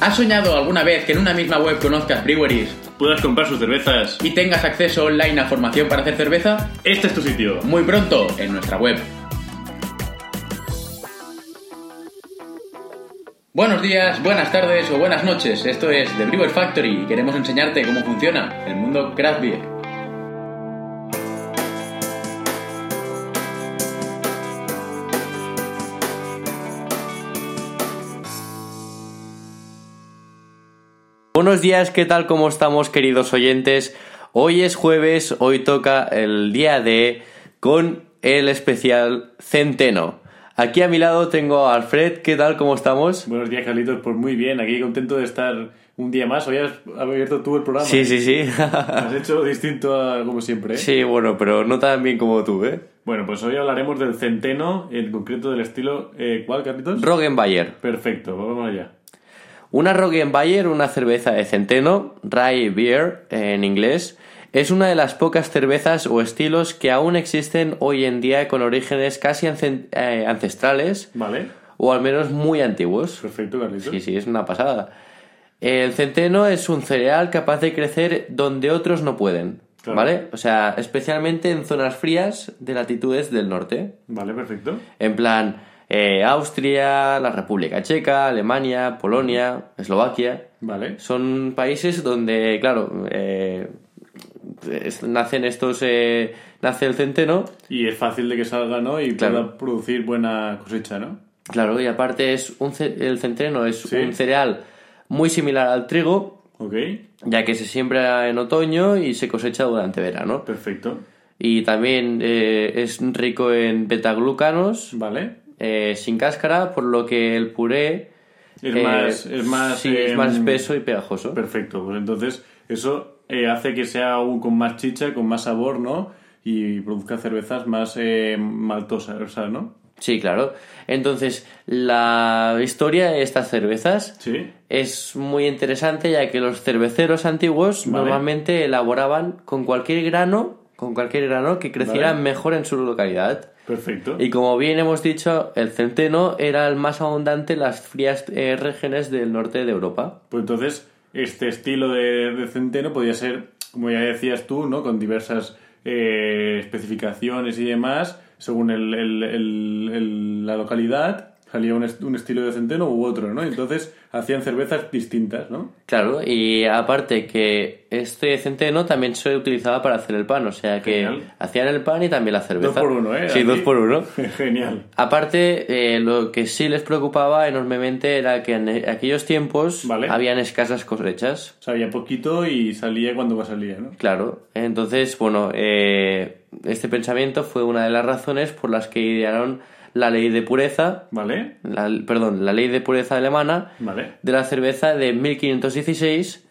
¿Has soñado alguna vez que en una misma web conozcas breweries puedas comprar sus cervezas. y tengas acceso online a formación para hacer cerveza? Este es tu sitio. Muy pronto en nuestra web. Buenos días, buenas tardes o buenas noches. Esto es The Brewer Factory y queremos enseñarte cómo funciona el mundo craft beer. Buenos días, ¿qué tal? ¿Cómo estamos, queridos oyentes? Hoy es jueves, hoy toca el día de con el especial Centeno. Aquí a mi lado tengo a Alfred, ¿qué tal? ¿Cómo estamos? Buenos días, Carlitos. Pues muy bien, aquí contento de estar un día más. Hoy has abierto tú el programa. ¿eh? Sí, sí, sí. Has hecho distinto a como siempre. ¿eh? sí, bueno, pero no tan bien como tú, ¿eh? Bueno, pues hoy hablaremos del centeno, en concreto del estilo. eh, ¿Cuál, Carlitos? Roggenbayer. Perfecto, vamos allá. Una Roggenbayer, una cerveza de centeno, rye beer en inglés, es una de las pocas cervezas o estilos que aún existen hoy en día con orígenes casi ancen- eh, ancestrales Vale. o al menos muy antiguos. Perfecto, Carlitos. Sí, sí, es una pasada. El centeno es un cereal capaz de crecer donde otros no pueden, Claro. ¿vale? O sea, especialmente en zonas frías de latitudes del norte, Vale, perfecto. en plan eh, Austria, la República Checa, Alemania, Polonia, Eslovaquia. Vale. Son países donde, claro, eh, es- nacen estos, eh, nace el centeno Y es fácil de que salga, ¿no? Y Claro. pueda producir buena cosecha, ¿no? Claro, y aparte es un ce- el centeno es Sí. un cereal muy similar al trigo, Ok, ya que se siembra en otoño y se cosecha durante verano. perfecto. Y también eh, es rico en betaglucanos, Vale. eh, sin cáscara, por lo que el puré Es eh, más. Es más, sí, es em, más espeso y pegajoso. Perfecto, pues entonces eso eh, hace que sea un con más chicha, con más sabor, ¿no? Y produzca cervezas más eh, maltosas, o sea, ¿no? Sí, claro. Entonces, la historia de estas cervezas Sí. es muy interesante ya que los cerveceros antiguos Vale. normalmente elaboraban con cualquier grano, con cualquier grano que creciera Vale. mejor en su localidad. Perfecto. Y como bien hemos dicho, el centeno era el más abundante en las frías eh, regiones del norte de Europa. Pues entonces este estilo de, de centeno podía ser, como ya decías tú, ¿no? Con diversas eh, especificaciones y demás, según el- el- el- el- la localidad, salía un, est- un estilo de centeno u otro, ¿no? Entonces hacían cervezas distintas, ¿no? Claro, y aparte que este centeno también se utilizaba para hacer el pan, o sea que Genial. hacían el pan y también la cerveza. Dos por uno, ¿eh? Sí, Aquí. dos por uno. Genial. Aparte, eh, lo que sí les preocupaba enormemente era que en eh, aquellos tiempos Vale. habían escasas cosechas, Sabía poquito y salía cuando salía, ¿no? claro. Entonces, bueno, eh, este pensamiento fue una de las razones por las que idearon la ley de pureza, ¿Vale? la- perdón, la ley de pureza alemana Vale. de la cerveza de 1516,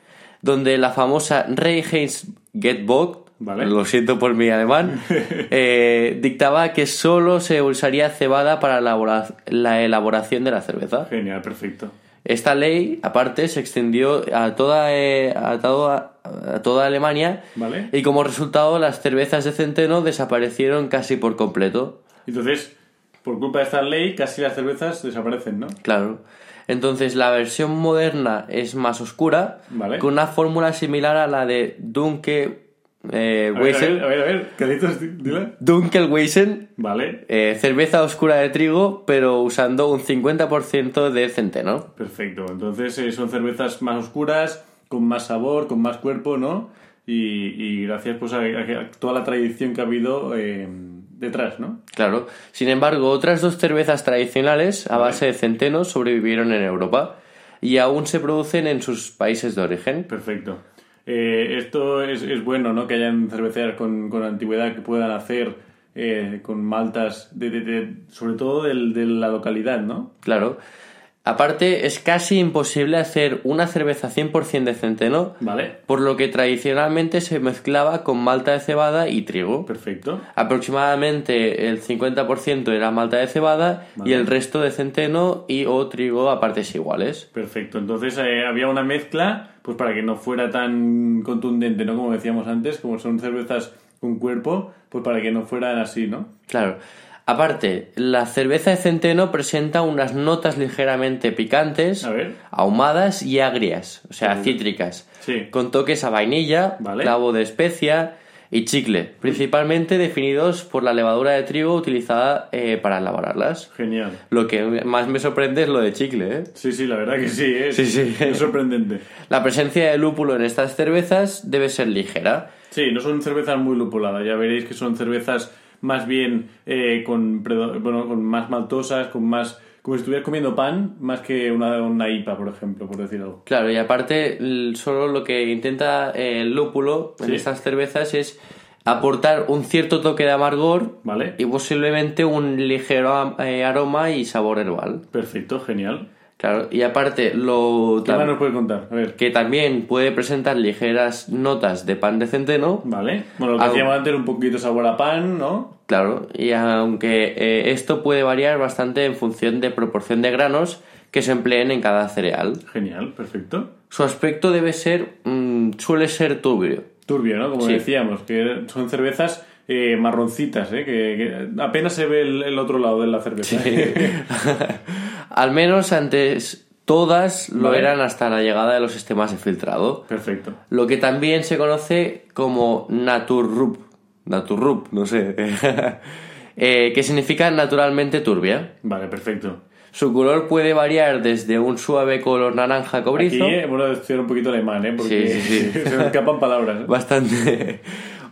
donde la famosa Reinheits Getbock, Vale. lo siento por mi alemán, eh, dictaba que solo se usaría cebada para elabora- la elaboración de la cerveza. Genial, perfecto. Esta ley, aparte, se extendió a toda, eh, a toda, a toda Alemania Vale. y como resultado las cervezas de centeno desaparecieron casi por completo. Entonces, por culpa de esta ley, casi las cervezas desaparecen, ¿no? Claro. Entonces la versión moderna es más oscura, Vale. con una fórmula similar a la de Dunkel eh, A ver, a ver, a Weizen- ver, a ver, Carlitos, di- dila. Dunkelweizen, Vale, eh, cerveza oscura de trigo, pero usando un 50% de centeno. perfecto. Entonces eh, son cervezas más oscuras, con más sabor, con más cuerpo, ¿no? Y, y gracias pues a, a- a toda la tradición que ha habido eh, detrás, ¿no? Claro. Sin embargo, otras dos cervezas tradicionales a base de centeno sobrevivieron en Europa y aún se producen en sus países de origen. Perfecto. Eh, esto es, es bueno, ¿no? Que hayan cerveceras con, con antigüedad que puedan hacer eh, con maltas, de, de- de- sobre todo del- de la localidad, ¿no? Claro. Aparte, es casi imposible hacer una cerveza 100% de centeno Vale, por lo que tradicionalmente se mezclaba con malta de cebada y trigo. perfecto. Aproximadamente el 50% era malta de cebada y el resto de centeno y o trigo a partes iguales. Perfecto, entonces eh, había una mezcla, pues para que no fuera tan contundente, ¿no? Como decíamos antes, como son cervezas con cuerpo, pues para que no fueran así, ¿no? Claro. Aparte, la cerveza de centeno presenta unas notas ligeramente picantes, A ver. ahumadas y agrias, o sea, cítricas, Sí. con toques a vainilla, Vale. clavo de especia y chicle, principalmente definidos por la levadura de trigo utilizada eh, para elaborarlas. Genial. Lo que más me sorprende es lo de chicle, ¿eh? Sí, sí, la verdad que sí, ¿eh? Sí, sí. Es sorprendente. La presencia de lúpulo en estas cervezas debe ser ligera. Sí, no son cervezas muy lupuladas, ya veréis que son cervezas más bien eh, con, predo- bueno, con más maltosas, con más... Como si estuvieras comiendo pan, más que una, una IPA, por ejemplo, por decir algo. Claro, y aparte, l- solo lo que intenta eh, el lúpulo en Sí. estas cervezas es aportar un cierto toque de amargor Vale. y posiblemente un ligero am- eh, aroma y sabor herbal. Perfecto, genial. Claro, y aparte, lo ¿Qué tam- más nos puede contar? A ver. que también puede presentar ligeras notas de pan de centeno, Vale. Bueno, lo que Algo- decíamos antes, un poquito sabor a pan, ¿no? Claro, y aunque eh, esto puede variar bastante en función de proporción de granos que se empleen en cada cereal. Genial, perfecto. Su aspecto debe ser, mm, suele ser turbio. Turbio, ¿no? Como Sí. decíamos, que son cervezas eh, marroncitas, ¿eh? Que, que apenas se ve el, el otro lado de la cerveza. Al menos antes todas lo Vale. eran hasta la llegada de los sistemas de filtrado, perfecto. lo que también se conoce como naturrup, naturrup, no sé, eh, que significa naturalmente turbia. Vale, perfecto. Su color puede variar desde un suave color naranja Aquí cobrizo. hemos de estudiar un poquito alemán, ¿eh? Porque Sí, sí, sí. se me escapan palabras. ¿eh? bastante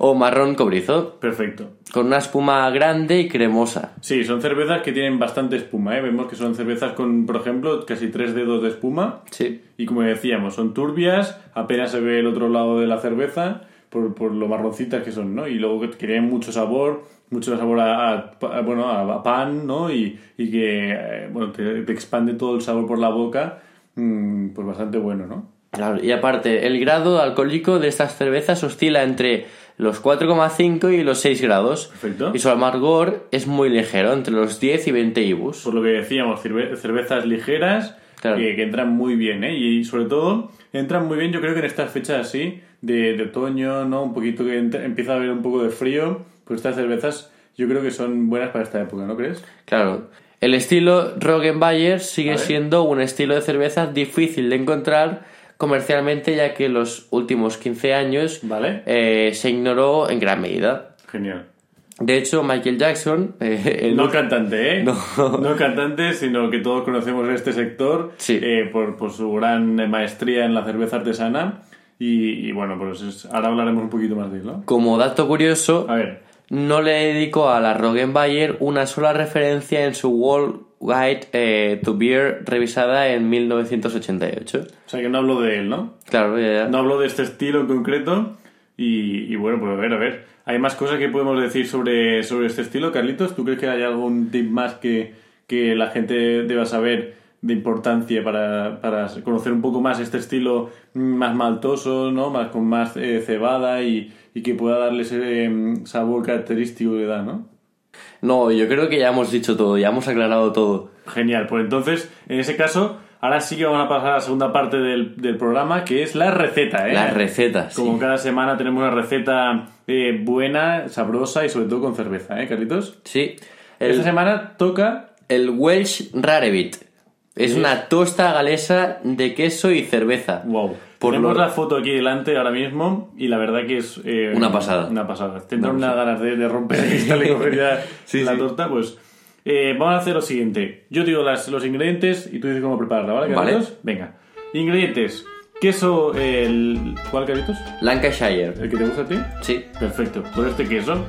o marrón cobrizo Perfecto. con una espuma grande y cremosa Sí, son cervezas que tienen bastante espuma, ¿eh? Vemos que son cervezas con, por ejemplo, casi tres dedos de espuma. sí Y como decíamos, son turbias, apenas se ve el otro lado de la cerveza por, por lo marroncitas que son, ¿no? Y luego que tienen mucho sabor, mucho sabor a, a pa- a, bueno, a a pan, ¿no? Y, y que eh, bueno, te, te expande todo el sabor por la boca, mm, pues bastante bueno, ¿no? Claro, y aparte el grado alcohólico de estas cervezas oscila entre los 4,5 y los 6 grados Perfecto. y su amargor es muy ligero entre los 10 y 20 ibus Por lo que decíamos, cerve- cervezas ligeras Claro. que, que entran muy bien, ¿eh? Y sobre todo, entran muy bien, yo creo que en estas fechas así, de, de otoño, ¿no? Un poquito que entra- empieza a haber un poco de frío, pues estas cervezas yo creo que son buenas para esta época, ¿no crees? claro el estilo Roggenbayer sigue Vale. siendo un estilo de cerveza difícil de encontrar comercialmente ya que en los últimos 15 años Vale. eh, se ignoró en gran medida Genial. De hecho, Michael Jackson, eh, el- No cantante, ¿eh? No. No cantante, sino que todos conocemos este sector Sí. eh, por, por su gran eh, maestría en la cerveza artesana. Y, y bueno, pues es- ahora hablaremos un poquito más de él, ¿no? como dato curioso, A ver, no le dedicó a la Roggenbayer una sola referencia en su World Guide eh, to Beer revisada en 1988. o sea que no hablo de él, ¿no? Claro, ya, ya. No hablo de este estilo en concreto. Y, y bueno, pues a ver, a ver. ¿Hay más cosas que podemos decir sobre, sobre este estilo, Carlitos? ¿Tú crees que hay algún tip más que, que la gente deba saber de importancia para, para conocer un poco más este estilo mm, más maltoso, ¿no? Más, con más eh, cebada y, y que pueda darle ese mm, sabor característico que da, ¿no? No, yo creo que ya hemos dicho todo, ya hemos aclarado todo. Genial, pues entonces, en ese caso, Ahora sí que vamos a pasar a la segunda parte del, del programa, que es la receta, ¿eh? Las recetas. Como sí. cada semana tenemos una receta eh, buena, sabrosa y sobre todo con cerveza, ¿eh, Carlitos? Sí. Esta El, semana toca el Welsh Rarebit. Es una tosta galesa de queso y cerveza. Wow. Por Tenemos lo- la foto aquí delante ahora mismo y la verdad que es... eh, Una pasada. Una pasada. Tendrán Una unas ganas de, de romper el cristal y coger ya Sí, la sí. torta, pues... eh, vamos a hacer lo siguiente. Yo digo las, los ingredientes y tú dices cómo prepararla, ¿vale, Vale. Carlitos? Venga. Ingredientes. Queso... El... ¿Cuál, Carlitos? Lancashire. ¿El que te gusta a ti? Sí. Perfecto. Con este queso.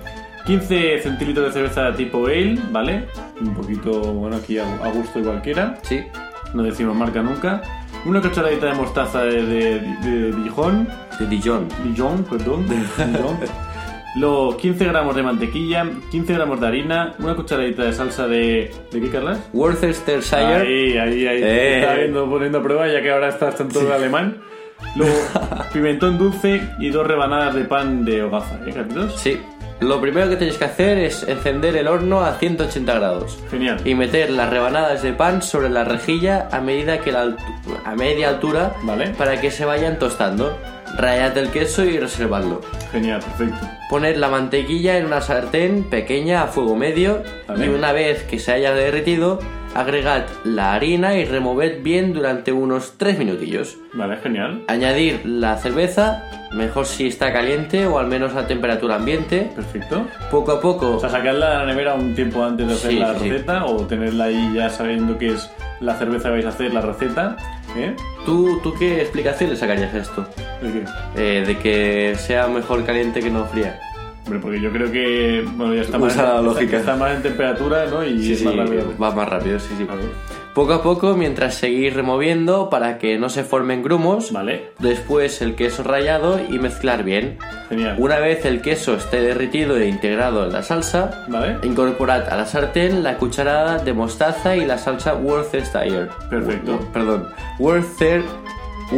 15 centilitros de cerveza tipo ale, ¿vale? Un poquito, bueno, aquí a, a gusto de cualquiera. Sí. No decimos marca nunca. Una cucharadita de mostaza de, de, de Dijon. De Dijon. Dijon, perdón. Dijon. Luego, 15 gramos de mantequilla, 15 gramos de harina, una cucharadita de salsa de... ¿De qué, Carlas? Worcestershire. Ahí, ahí, ahí. Eh. Está viendo, poniendo a prueba ya que ahora estás tanto de alemán. Luego, pimentón dulce y dos rebanadas de pan de hogaza, ¿eh, Carlitos? Sí. Lo primero que tenéis que hacer es encender el horno a 180 grados. Genial. Y meter las rebanadas de pan sobre la rejilla a medida que la altu- a media altura Vale. para que se vayan tostando. Rayad el queso y reservadlo. Genial, perfecto. Poner la mantequilla en una sartén pequeña a fuego medio Vale. y una vez que se haya derretido, agregad la harina y removed bien durante unos 3 minutillos. Vale, genial. Añadir la cerveza, mejor si está caliente o al menos a temperatura ambiente. Perfecto. Poco a poco O sea, sacarla de la nevera un tiempo antes de hacer Sí, la sí, sí. receta o tenerla ahí ya sabiendo qué es la cerveza que vais a hacer, la receta. ¿Eh? ¿Tú, ¿Tú qué explicación le sacarías a esto? ¿El qué? Eh, de que sea mejor caliente que no fría. Hombre, porque yo creo que bueno, ya está más, Usa la está- lógica. está más en temperatura ¿no? y es más rápido. va más rápido, sí, sí. Vale. Poco a poco, mientras seguís removiendo para que no se formen grumos, Vale, después el queso rallado y mezclar bien. genial. Una vez el queso esté derretido e integrado en la salsa, Vale. incorporad a la sartén la cucharada de mostaza y la salsa Worcestershire. Perfecto. Wo- Perdón, Worcester,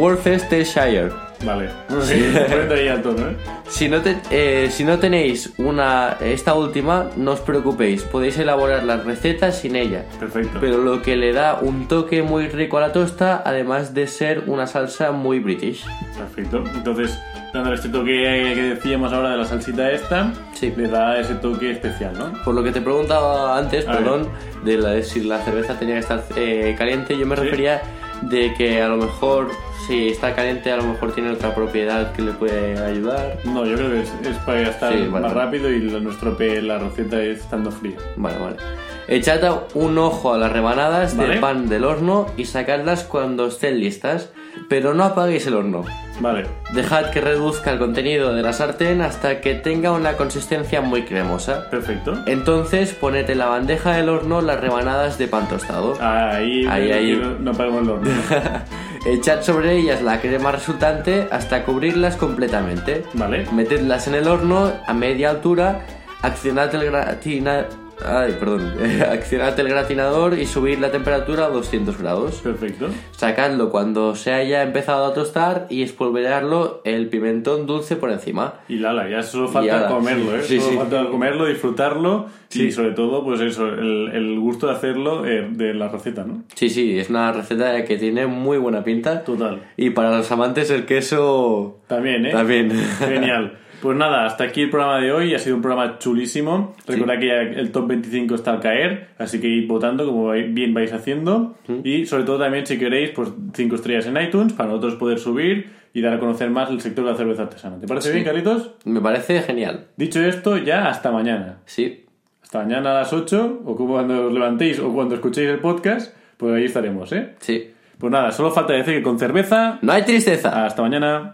Worcestershire. Vale. Sí, poniendo ahí al tono, ¿eh? Si no, te- eh, si no tenéis una, esta última, no os preocupéis, podéis elaborar las recetas sin ella. Perfecto. Pero lo que le da un toque muy rico a la tosta, además de ser una salsa muy british. Perfecto. Entonces, dándole este toque que decíamos ahora de la salsita esta, Sí. le da ese toque especial, ¿no? Por lo que te preguntaba antes, A perdón, de la- de si la cerveza tenía que estar eh, caliente, yo me Sí. refería de que a lo mejor si está caliente, a lo mejor tiene otra propiedad que le puede ayudar. No, yo creo que es, es para estar Sí, vale. más rápido y lo- nos tropee la receta estando fría. Vale, vale. Echad un ojo a las rebanadas Vale. del pan del horno y sacadlas cuando estén listas, pero no apaguéis el horno. Vale, Dejad que reduzca el contenido de la sartén hasta que tenga una consistencia muy cremosa. perfecto. Eh, Entonces poned en la bandeja del horno las rebanadas de pan tostado. Ahí, Ahí, no- ahí. No, no apagamos el horno. Echad sobre ellas la crema resultante hasta cubrirlas completamente. Vale. Metedlas en el horno a media altura, accionad el gratina... ay, perdón. accionad el gratinador y subid la temperatura a 200 grados. Perfecto. Sacadlo cuando se haya empezado a tostar y espolvorearlo el pimentón dulce por encima. Y Lala, ya solo Y falta ala. comerlo, ¿eh? Sí, solo sí. falta comerlo, disfrutarlo y Sí. sobre todo, pues eso, el, el gusto de hacerlo eh, de la receta, ¿no? Sí, sí, es una receta que tiene muy buena pinta. Total. Y para los amantes el queso... También, ¿eh? También. Genial. Pues nada, hasta aquí el programa de hoy. Ha sido un programa chulísimo. Recordad que ya el top 25 está al caer, así que id votando como vai- bien vais haciendo. Y sobre todo también, si queréis, pues 5 estrellas en iTunes para nosotros poder subir y dar a conocer más el sector de la cerveza artesana. ¿Te parece Sí. bien, Carlitos? Me parece genial. Dicho esto, ya hasta mañana. Sí. Hasta mañana a las 8, o como cuando os levantéis o cuando escuchéis el podcast, pues ahí estaremos, ¿eh? Sí. Pues nada, solo falta decir que con cerveza... No hay tristeza. Hasta mañana.